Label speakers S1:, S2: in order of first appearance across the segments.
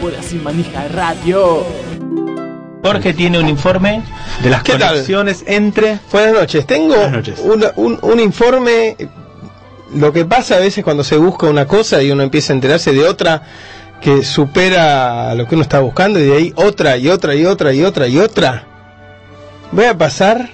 S1: por Así Manija Radio.
S2: Jorge tiene un informe de las
S3: ¿Qué tal?
S2: conexiones entre.
S3: Buenas noches. Tengo
S2: Buenas noches.
S3: una- un, un informe. Lo que pasa a veces cuando se busca una cosa y uno empieza a enterarse de otra que supera lo que uno está buscando y de ahí otra y otra y otra y otra y otra. Voy a pasar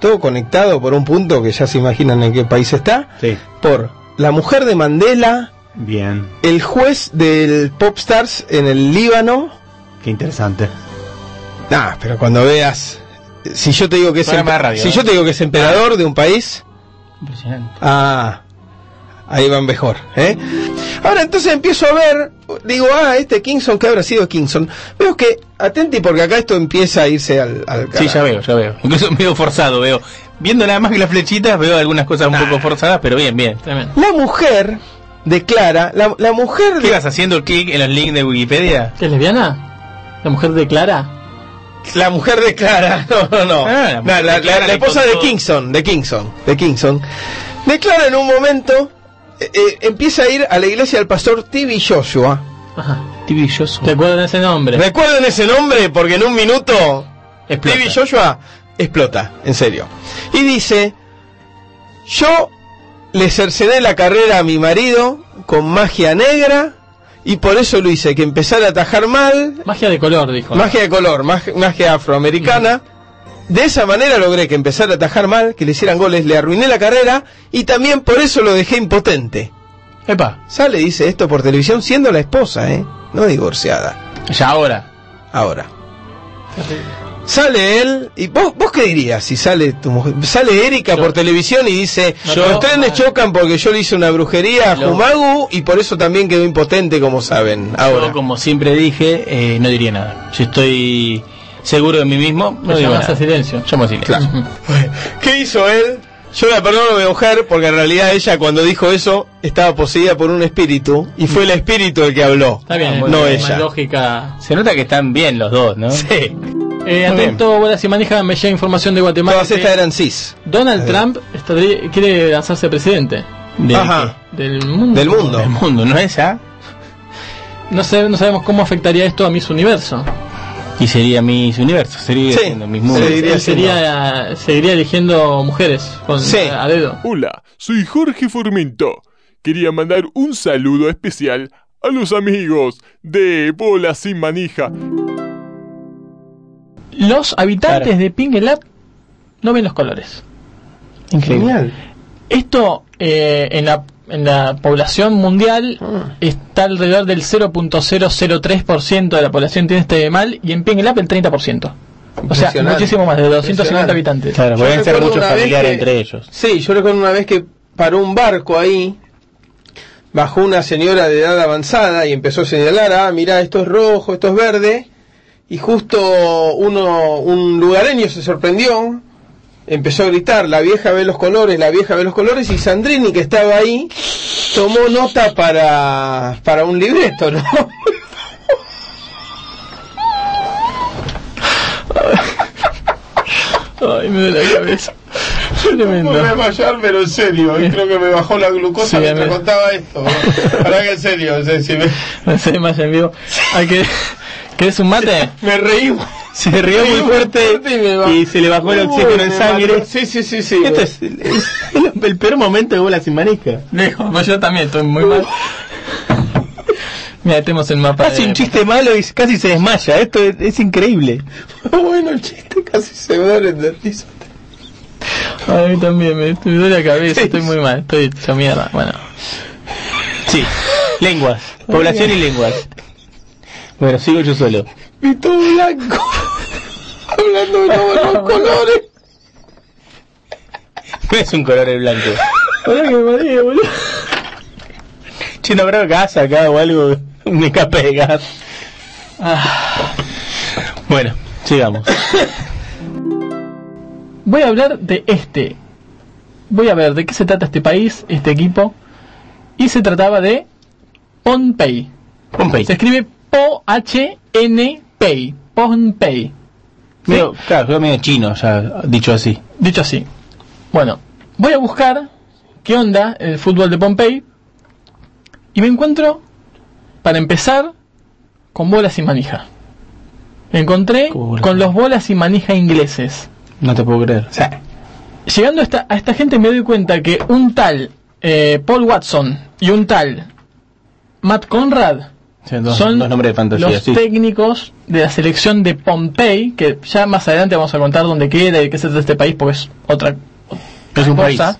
S3: todo conectado por un punto que ya se imaginan en qué país está.
S2: Sí.
S3: Por la mujer de Mandela,
S2: Bien,
S3: el juez del Popstars en el Líbano.
S2: qué interesante.
S3: Nah, pero cuando veas. Si yo te digo que es,
S2: Programa de
S3: empe-
S2: radio,
S3: si
S2: ¿eh?
S3: yo te digo que es emperador de un país.
S2: Impresionante.
S3: Ah, ahí van mejor, ¿eh? Ahora entonces empiezo a ver, digo, ah, este Kingston, ¿qué habrá sido Kingston? Veo que, atenti porque acá esto empieza a irse al, al
S2: Sí, ya
S3: carajo.
S2: veo, ya veo. Incluso medio forzado, veo. Viendo nada más que las flechitas, veo algunas cosas un poco forzadas, pero bien, bien. Tremendo.
S3: La mujer declara, la, la mujer
S2: ¿Qué
S3: de...
S2: ibas haciendo clic en los links de Wikipedia?
S1: ¿Qué es lesbiana? ¿La mujer de Clara?
S3: La mujer declara, no, no, no.
S2: Ah, la mujer
S3: No, la,
S2: declara
S3: la- la
S2: que
S3: esposa de
S2: contó-
S3: Kingston, de Kingston, de Kingston. Declara en un momento, eh, eh, empieza a ir a la iglesia del pastor T.B. Joshua.
S1: Ajá.
S2: Tibilloso.
S1: ¿Te acuerdas de ese nombre?
S3: Recuerden ese nombre porque en un minuto
S2: Explota.
S3: Stevie Joshua explota, en serio. Y dice, yo le cercené la carrera a mi marido con magia negra y por eso lo hice, que empezara a atajar mal,
S1: Magia de color, dijo.
S3: magia de color, mag- magia afroamericana. De esa manera logré que empezara a atajar mal, que le hicieran goles, le arruiné la carrera y también por eso lo dejé impotente.
S2: Epa,
S3: Sale, dice esto por televisión, siendo la esposa, ¿eh? No divorciada.
S2: ya ahora.
S3: Ahora. Sale él, y vos, vos qué dirías si sale tu mujer, sale Erika
S1: Yo-
S3: por televisión y dice,
S1: Yo-
S3: los trenes chocan porque yo le hice una brujería a
S2: Lo-
S3: Jumagu y por eso también quedó impotente como saben ahora.
S2: Yo, como siempre dije, eh, no diría nada. Si estoy seguro de mí mismo, no
S1: Lo
S2: digo
S1: llamás
S2: nada.
S1: a silencio.
S2: Llamo a silencio.
S3: Claro. ¿Qué hizo él? Yo la perdono de mujer porque en realidad ella cuando dijo eso estaba poseída por un espíritu y fue el espíritu el que habló,
S1: Está bien,
S3: no
S1: Ah, es
S3: ella.
S1: lógica.
S2: Se nota que están bien los dos, ¿no?
S3: Sí,
S1: Eh,
S2: Muy
S1: atento, buenas y maneja, me llega información de Guatemala.
S3: todas
S1: que
S3: estas Eh. eran cis.
S1: Donald Trump estaría- quiere lanzarse presidente
S2: De-
S3: Ajá,
S1: del mundo.
S3: del mundo.
S2: Del mundo, ¿no es ya?
S1: No, sé, no sabemos cómo afectaría esto a Miss Universo.
S2: Y sería mis universos, sería
S3: Sí,
S2: siendo mis mundos.
S3: sí. Seguiría
S1: Él sería- seguiría eligiendo mujeres con,
S3: Sí.
S1: a dedo.
S4: Hola, soy Jorge Formento. Quería mandar un saludo especial a los amigos de Bola Sin Manija.
S1: Los habitantes
S2: Claro.
S1: de Pinguelab no ven los colores.
S3: Genial.
S1: Esto eh, en, la, en la población mundial
S2: Ah.
S1: está alrededor del 0.003% de la población tiene este mal y en Pinguelab el 30%. O sea,
S3: Impresionante.
S1: muchísimo más, de 250
S3: Impresionante.
S1: habitantes.
S2: Claro,
S3: Yo
S2: pueden ser
S3: recuerdo
S2: muchos
S3: una vez
S2: familiares
S3: que-
S2: entre ellos.
S3: Sí, yo recuerdo una vez que paró un barco ahí, bajó una señora de edad avanzada y empezó a señalar, ah, mirá, esto es rojo, esto es verde, y justo uno, un lugareño se sorprendió, empezó a gritar, la vieja ve los colores, la vieja ve los colores, y Sandrini, que estaba ahí, tomó nota para, para un libreto, ¿no?
S1: Ay, me duele la cabeza. Tremendo.
S3: desmayar, pero en serio, creo que me bajó la
S1: Sí,
S3: glucosa
S1: mientras me-
S3: contaba esto. Ahora que en serio,
S1: No sé, más en vivo. Hay que... ¿Querés un mate?
S3: me reímos.
S2: Se rió muy fuerte
S3: y me bajó.
S2: y se le bajó el
S3: Uy,
S2: oxígeno en
S3: me
S2: sangre.
S3: mató. Sí, sí, sí, sí.
S2: Esto es el, el peor momento de bola sin manija.
S1: Lejos, no, yo también estoy muy mal. Mira, tenemos el mapa.
S2: Hace
S1: de-
S2: un chiste malo y casi se desmaya. Esto es, es increíble.
S3: bueno, el chiste casi se me duele el risa.
S1: A mí también, me, me duele la cabeza, estoy muy mal, estoy hecho mierda. Bueno,
S2: Sí. Lenguas. Población y lenguas. Bueno, sigo yo solo.
S3: Y todo blanco. Hablando de los buenos colores.
S2: No es un color el blanco.
S1: ahora que me mareé, boludo.
S2: Che, no habrá gas acá o algo. Un escape de gas. Bueno, sigamos.
S1: Voy a hablar de este. Voy a ver de qué se trata este país, este equipo. Y se trataba de Pohnpei.
S2: Pompey.
S1: Se escribe P-H-N-Pei. Pohnpei.
S2: Medio- claro, yo medio chino, ya dicho así.
S1: Dicho así. Bueno, voy a buscar qué onda el fútbol de Pompey. Y me encuentro, para empezar, con bolas y manija. Me encontré
S2: Con bolas.
S1: con los bolas y manija ingleses.
S2: No te puedo creer.
S1: O sea, llegando a esta, a esta gente me doy cuenta que un tal eh, Paul Watson y un tal Matt Conrad
S2: Sí, dos,
S1: son
S2: dos nombres de fantasía,
S1: los
S2: sí.
S1: técnicos de la selección de Pompey, que ya más adelante vamos a contar dónde queda y de qué se trata este país, porque es otra
S2: Es un país.
S1: cosa.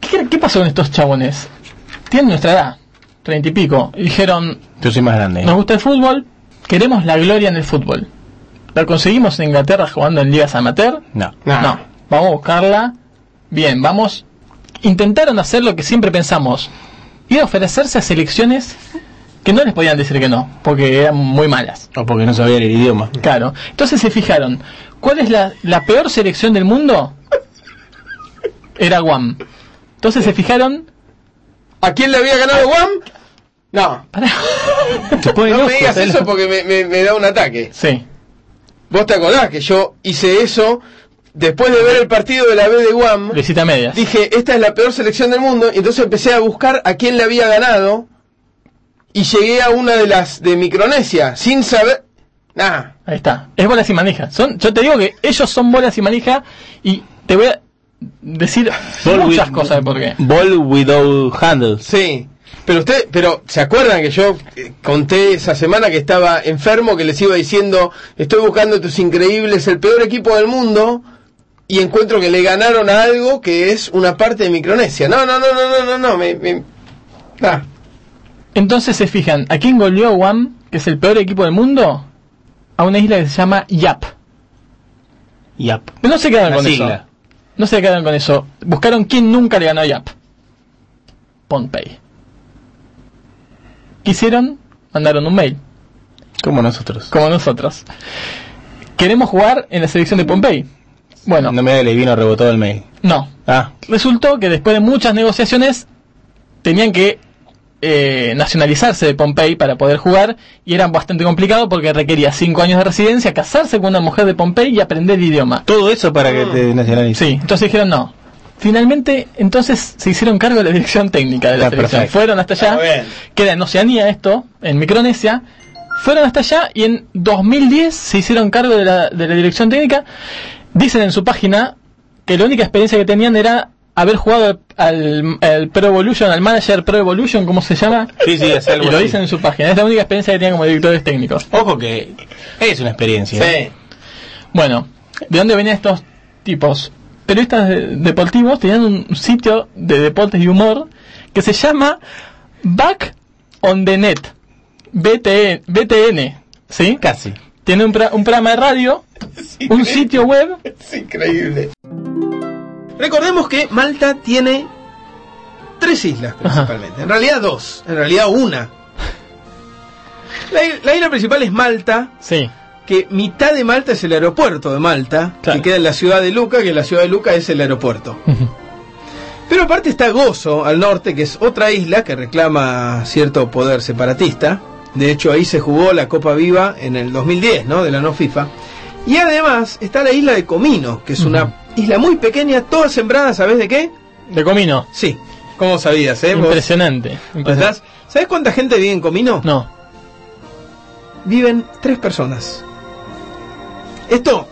S1: ¿Qué, qué pasó con estos chabones? Tienen nuestra edad, treinta y pico. Y dijeron,
S2: Yo soy más grande.
S1: nos gusta el fútbol, queremos la gloria en el fútbol. La conseguimos en Inglaterra jugando en ligas amateur.
S2: No.
S3: Nah.
S1: No, vamos a buscarla. Bien, vamos. Intentaron hacer lo que siempre pensamos. Y ofrecerse a selecciones que no les podían decir que no, porque eran muy malas.
S2: O porque no sabía el idioma.
S1: Claro. Entonces se fijaron, ¿cuál es la, la peor selección del mundo? Era Guam. Entonces se fijaron,
S3: ¿A quién le había ganado Guam? No.
S2: Se pone
S3: No
S2: loco,
S3: me digas
S2: ¿sabes?
S3: eso porque me, me- me da un ataque.
S1: sí,
S3: Vos te acordás que yo hice eso después de ver el partido de la B de Guam.
S1: visita medias.
S3: Dije, esta es la peor selección del mundo. y Entonces empecé a buscar a quién le había ganado. Y llegué a una de las de Micronesia, sin saber. Nah.
S1: Ahí está. Es bolas y manija. Son, yo te digo que ellos son bolas y manija y te voy a decir
S2: Ball
S1: muchas
S2: with-
S1: cosas de por qué.
S2: Ball without handles.
S3: Sí. Pero usted, pero ¿se acuerdan que yo eh, conté esa semana que estaba enfermo, que les iba diciendo, estoy buscando tus increíbles, el peor equipo del mundo, y encuentro que le ganaron a algo que es una parte de Micronesia? No, no, no, no, no, no, no, me... me- ah, nah.
S1: Entonces se fijan, ¿a quién goleó Guam, que es el peor equipo del mundo? A una isla que se llama Yap.
S2: Yap.
S1: Pero no se quedaron
S2: Una
S1: con
S2: sigla.
S1: eso. No se quedaron con eso. Buscaron quién nunca le ganó a Yap. Pompey. ¿Qué hicieron? Mandaron un mail,
S2: Como nosotros.
S1: como nosotros. Queremos jugar en la selección de Pompey. Bueno,
S2: No me da el vino rebotado el mail.
S1: no.
S2: Ah.
S1: Resultó que después de muchas negociaciones tenían que eh, nacionalizarse de Pompey para poder jugar y era bastante complicado porque requería 5 años de residencia, casarse con una mujer de Pompey y aprender el idioma.
S2: Todo eso para que te nacionalices.
S1: Sí, entonces dijeron no. Finalmente, entonces se hicieron cargo de la dirección técnica de la
S2: Está
S1: selección.
S2: perfecto.
S1: Fueron hasta allá,
S3: Está bien.
S1: queda en Oceanía esto, en Micronesia. Fueron hasta allá y en 2010 se hicieron cargo de la, de la dirección técnica. Dicen en su página que la única experiencia que tenían era haber jugado al, al Pro Evolution, al Manager Pro Evolution, ¿cómo se llama?
S2: Sí, sí, es algo
S1: Y lo
S2: así.
S1: dicen en su página. Es la única experiencia que tenían como directores técnicos.
S2: Ojo que es una experiencia. ¿eh?
S3: Sí.
S1: Bueno, ¿de dónde venían estos tipos? Periodistas de- deportivos tenían un sitio de deportes y humor que se llama Back on the Net, E, BTN, BTN ¿sí?
S2: Casi.
S1: Tiene un, pra- un programa de radio, un sitio web,
S3: Es increíble. Recordemos que Malta tiene tres islas principalmente. En realidad dos. En realidad una. La, i- la isla principal es Malta,
S1: sí,
S3: que mitad de Malta es el aeropuerto de Malta,
S1: Claro.
S3: que queda en la ciudad de Luca, que la ciudad de Luca es el aeropuerto. Pero aparte está Gozo, al norte, que es otra isla que reclama cierto poder separatista. De hecho, ahí se jugó la Copa Viva en el 2010, ¿no? De la no FIFA. Y además está la isla de Comino, que es una
S1: Ujú.
S3: isla muy pequeña, toda sembrada, ¿sabes de qué?
S1: de comino.
S3: Sí. ¿Cómo sabías, eh? Vos?
S1: Impresionante. impresionante.
S3: ¿Estás? ¿Sabes cuánta gente vive en Comino?
S1: No,
S3: viven tres personas. Esto,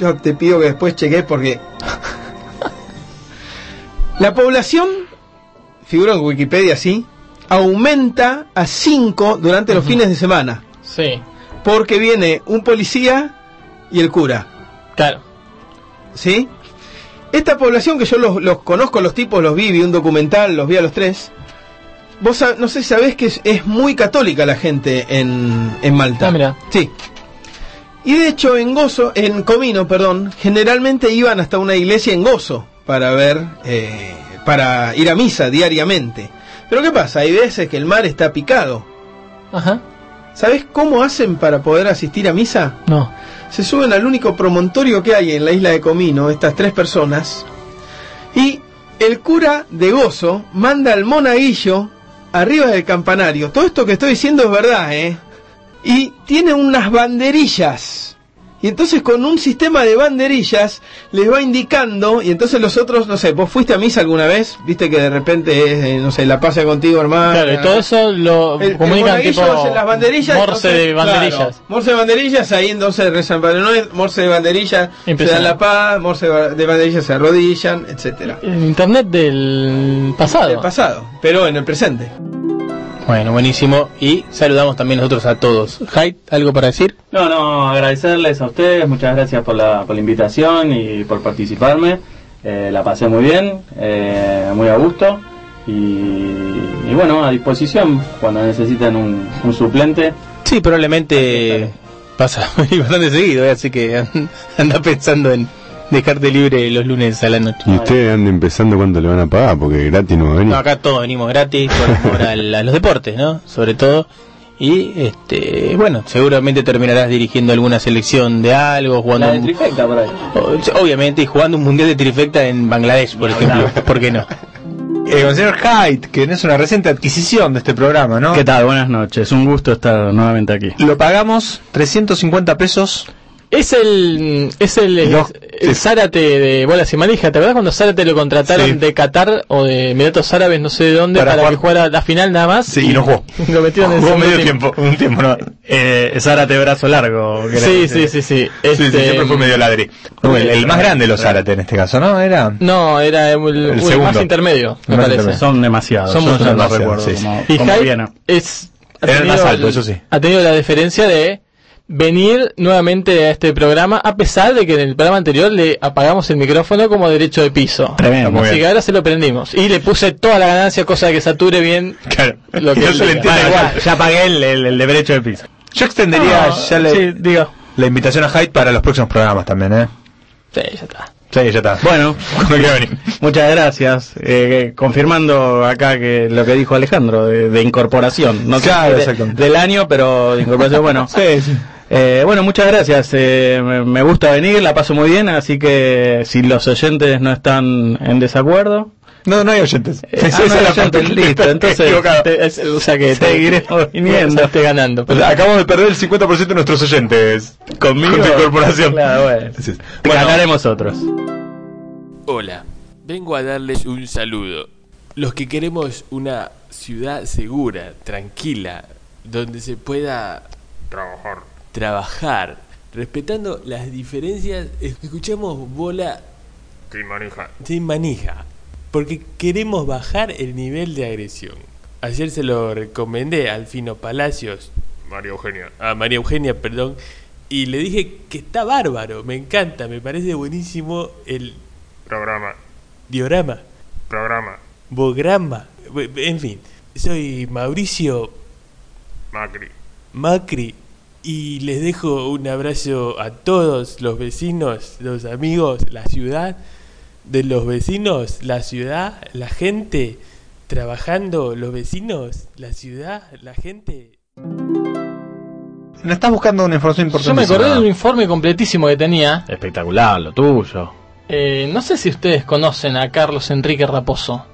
S3: yo te pido que después cheques porque. La población, figura en Wikipedia así, aumenta a 5 durante los
S1: Ujú.
S3: fines de semana.
S1: sí,
S3: Porque viene un policía y el cura.
S1: claro.
S3: ¿Sí? Esta población que yo los, los conozco, los tipos, los vi, vi un documental, los vi a los tres. Vos sab- no sé si sabés que es, es muy católica la gente en, en Malta.
S1: Ah, mira.
S3: Sí. Y de hecho en Gozo, en Comino, perdón, generalmente iban hasta una iglesia en Gozo para ver, eh, para ir a misa diariamente. Pero ¿qué pasa? Hay veces que el mar está picado.
S1: Ajá,
S3: ¿Sabés cómo hacen para poder asistir a misa?
S1: no.
S3: se suben al único promontorio que hay en la isla de Comino, estas tres personas, y el cura de Gozo manda al monaguillo arriba del campanario. Todo esto que estoy diciendo es verdad, ¿eh? Y tiene unas banderillas Y entonces con un sistema de banderillas les va indicando, y entonces los otros, no sé, vos fuiste a misa alguna vez, viste que de repente, eh, no sé, la pasa contigo, hermano.
S1: Claro, y todo eso lo
S3: Eh, El- el
S1: comunican
S3: monaguillo
S1: tipo
S3: hace las banderillas,
S1: morse de
S3: entonces, claro,
S1: banderillas.
S3: morse de banderillas, ahí entonces rezan Padre Noel, morse de banderillas, se
S1: Impresionante.
S3: dan la paz, morse de ba- de banderillas se arrodillan, etcétera.
S1: El internet del pasado.
S3: Del pasado, pero en el presente.
S2: Bueno, buenísimo. Y saludamos también nosotros a todos. Hyde, ¿algo para decir?
S5: No, no, agradecerles a ustedes, muchas gracias por la, por la invitación y por participarme. Eh, la pasé muy bien, eh, muy a gusto y, y bueno, a disposición cuando necesitan un, un suplente.
S2: Sí, probablemente pasa y bastante seguido, eh, así que an- anda pensando en dejarte libre los lunes a la noche.
S6: Y ustedes andan empezando cuánto le van a pagar, porque gratis no va a venir.
S2: No, acá todos venimos gratis por amor al- a los deportes, ¿no? Sobre todo. Y este, bueno, seguramente terminarás dirigiendo alguna selección de algo, jugando
S5: La de
S2: un-
S5: trifecta por ahí.
S2: o- obviamente y jugando un mundial de trifecta en Bangladesh, por ejemplo, ¿por qué no?
S7: Eh, con el señor Hyde, que es una reciente adquisición de este programa, ¿no?
S5: ¿Qué tal? Buenas noches, un gusto estar nuevamente aquí.
S7: Lo pagamos 350 pesos.
S1: Es el es el, el-
S7: Los-
S1: el Zárate de bolas y manija, ¿te acuerdas cuando Zárate lo contrataron
S7: Sí.
S1: de Qatar o de Emiratos Árabes, no sé de dónde,
S7: Para
S1: para, que
S7: jugar-
S1: jugara la final nada más?
S7: Sí, y no jugó.
S1: Lo metieron en el
S7: Jugó
S1: segundo
S7: medio
S1: tiempo.
S7: tiempo, un tiempo, ¿no?
S8: Eh, Zárate brazo largo. creo.
S1: Sí, sí,
S7: Sí,
S1: sí, sí.
S7: sí,
S1: Este,
S7: siempre fue medio ladri. No, el, el más grande de los Zárate en este caso, ¿no? Era.
S1: No, era el, el
S7: segundo.
S1: más intermedio, me
S7: El más
S1: parece.
S7: intermedio.
S8: Son demasiados.
S1: Son
S8: yo
S1: muchos
S8: no los
S7: demasiados,
S8: recuerdo.
S7: sí, sí.
S8: como-
S1: Y
S8: como
S1: Hyde
S8: Viena.
S1: es ha
S7: Era el
S1: tenido
S7: más alto,
S1: el-
S7: eso sí.
S1: Ha tenido la diferencia de venir nuevamente a este programa, a pesar de que en el programa anterior le apagamos el micrófono como derecho de piso.
S8: Tremendo.
S7: Muy
S1: Así
S7: bien.
S1: que ahora se lo prendimos. Y le puse toda la ganancia, cosa de que sature bien.
S7: Claro.
S1: Lo que
S7: no
S1: él
S7: se le
S1: diga.
S7: entiende
S8: Bueno,
S7: igual.
S8: Ah, ya, ya pagué el, el, el de derecho de piso.
S7: Yo extendería ya la,
S1: Sí, digo.
S7: la invitación a Hyde para los próximos programas también, ¿eh?
S1: Sí, ya está.
S7: Sí, ya está.
S8: Bueno,
S7: Cuando quiera venir.
S8: muchas gracias. Eh, confirmando acá que lo que dijo Alejandro de, de incorporación. No sé
S7: Claro,
S8: de-
S7: exactamente.
S8: del año, pero de incorporación, bueno.
S7: Sí, sí.
S8: Eh, bueno, muchas gracias. eh, me- me gusta venir, la paso muy bien, así que si los oyentes no están en desacuerdo,
S7: No, no hay oyentes.
S8: Eh, ah, no, ya entendí,
S7: Está
S8: entonces,
S7: equivocado.
S1: Te- es- o sea que te-
S8: seguiremos
S1: o
S8: viniendo.
S1: sea, este, esté ganando.
S7: O
S1: pero-
S7: sea, acabamos de perder el 50% de nuestros oyentes. Conmigo. Con tu corporación.
S8: Claro, bueno. Ganaremos otros.
S9: Hola, vengo a darles un saludo. Los que queremos una ciudad segura, tranquila, donde se pueda trabajar, trabajar, respetando las diferencias, escuchamos bola sin manija, porque queremos bajar el nivel de agresión. Ayer se lo recomendé al Fino Palacios, María Eugenia, a María Eugenia, perdón, y le dije que está bárbaro, me encanta, me parece buenísimo el programa, diorama, programa, bograma, bu- en fin, soy Mauricio Macri. Macri. Y les dejo un abrazo a todos los vecinos, los amigos, la ciudad, de los vecinos, la ciudad, la gente, trabajando, los vecinos, la ciudad, la gente.
S7: No estás buscando una información
S1: Yo me
S7: importante.
S1: acordé de un informe completísimo que tenía.
S8: Espectacular, lo tuyo.
S1: Eh, no sé si ustedes conocen a Carlos Enrique Raposo.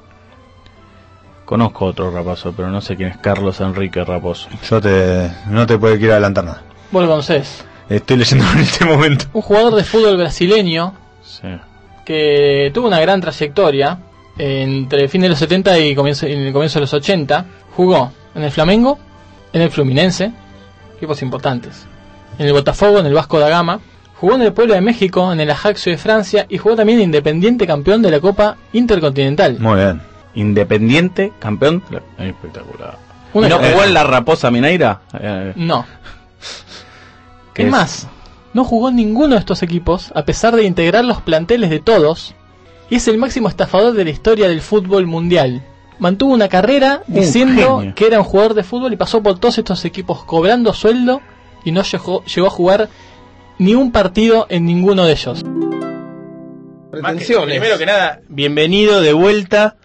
S8: Conozco otro rapazo, pero no sé quién es Carlos Enrique Raposo.
S7: Yo te, no te puedo quiero adelantar nada.
S1: Vos lo conocés.
S7: Estoy leyendo en este momento.
S1: Un jugador de fútbol brasileño
S8: Sí.
S1: que tuvo una gran trayectoria entre fines de los 70 y comienzo, y el comienzo de los 80. Jugó en el Flamengo, en el Fluminense, equipos importantes, en el Botafogo, en el Vasco da Gama. Jugó en el Pueblo de México, en el Ajaxio de Francia y jugó también de Independiente campeón de la Copa Intercontinental.
S7: Muy bien.
S8: Independiente, campeón. Espectacular.
S1: Una-
S8: ¿No jugó en la Raposa Mineira? Eh,
S1: No.
S8: ¿Qué
S1: es
S8: es?
S1: más, no jugó en ninguno de estos equipos, a pesar de integrar los planteles de todos, y es el máximo estafador de la historia del fútbol mundial. Mantuvo una carrera
S8: Un
S1: diciendo
S8: genio.
S1: que era un jugador de fútbol y pasó por todos estos equipos cobrando sueldo y no llegó, llegó a jugar ni un partido en ninguno de ellos.
S3: Pretensiones.
S2: Primero que nada, bienvenido de vuelta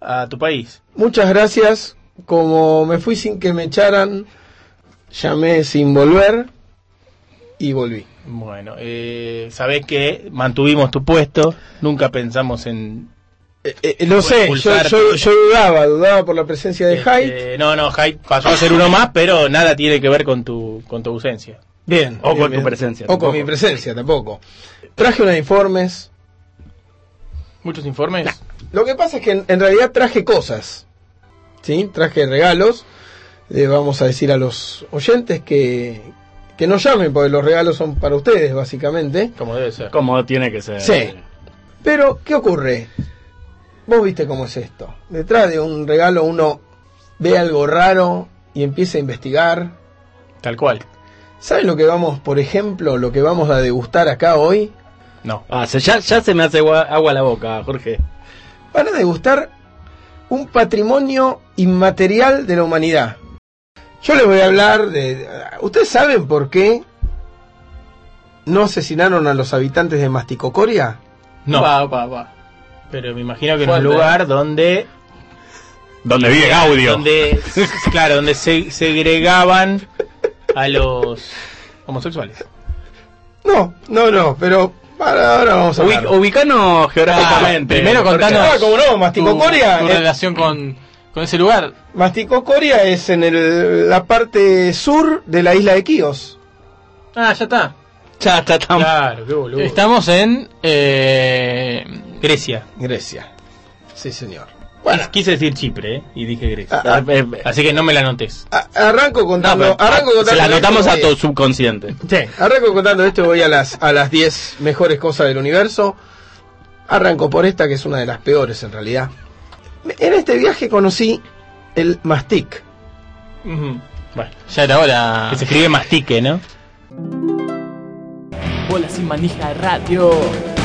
S2: a tu país.
S3: Muchas gracias. Como me fui sin que me echaran, llamé sin volver y volví.
S2: Bueno, eh, sabés que mantuvimos tu puesto, nunca pensamos en...
S3: Eh, eh, no sé, yo,
S2: Expulsarte.
S3: yo- yo dudaba, dudaba por la presencia de Hyde.
S2: Este, no, no, Hyde pasó a ser uno más, pero nada tiene que ver con tu, con tu ausencia.
S3: Bien.
S8: O
S3: bien,
S8: con tu
S3: bien.
S8: presencia,
S3: O con
S8: tampoco.
S3: mi presencia, tampoco. Traje unos informes.
S1: Muchos informes.
S3: Lo que pasa es que en, en realidad traje cosas. ¿Sí? Traje regalos. Le vamos a decir a los oyentes que, que nos llamen, porque los regalos son para ustedes, básicamente.
S1: Como debe ser.
S8: Como tiene que ser.
S3: Sí. Pero, ¿qué ocurre? Vos viste cómo es esto. Detrás de un regalo uno ve algo raro y empieza a investigar.
S1: Tal cual.
S3: ¿Saben lo que vamos, por ejemplo, lo que vamos a degustar acá hoy?
S8: Ah, se- ya, ya se me hace agua, agua la boca, Jorge.
S3: Van a degustar un patrimonio inmaterial de la humanidad. Yo les voy a hablar de... ¿Ustedes saben por qué no asesinaron a los habitantes de Masticocoria?
S2: No.
S1: Va, va, va.
S2: Pero me imagino que en un
S1: Fuerte.
S2: lugar donde.
S7: Donde vive Gaudio.
S2: donde claro, donde se segregaban a los homosexuales.
S3: No, no, no, pero para ahora vamos a
S8: Ubi-
S3: hablar.
S8: ubicanos geográficamente.
S1: primero
S8: Jorge.
S1: contanos-
S3: Ah, cómo no, Masticocoria.
S1: Tu
S3: es-
S1: relación con, con ese lugar.
S3: Masticocoria es en el- la parte sur de la isla de Quíos.
S1: Ah, ya está.
S8: Ya, ya estamos.
S2: Claro, qué
S1: Uh.
S2: boludo.
S1: Estamos en. Eh,
S2: Grecia.
S3: Grecia. Sí, señor.
S2: Quise decir Chipre, ¿eh? y dije Grecia.
S3: Ah,
S8: Eh, eh,
S2: Así que no me la notes.
S3: A- arranco
S8: no, pero-
S3: contando. arranco contando
S8: se la anotamos
S3: esto,
S8: a
S3: eh,
S8: tu subconsciente.
S3: Sí, arranco contando esto y voy a las, a las 10 mejores cosas del universo. Arranco por esta que es una de las peores en realidad. En este viaje conocí el mastic.
S1: ya era hora.
S2: Que se escribe mastique, ¿no?
S10: Bola sin manija radio.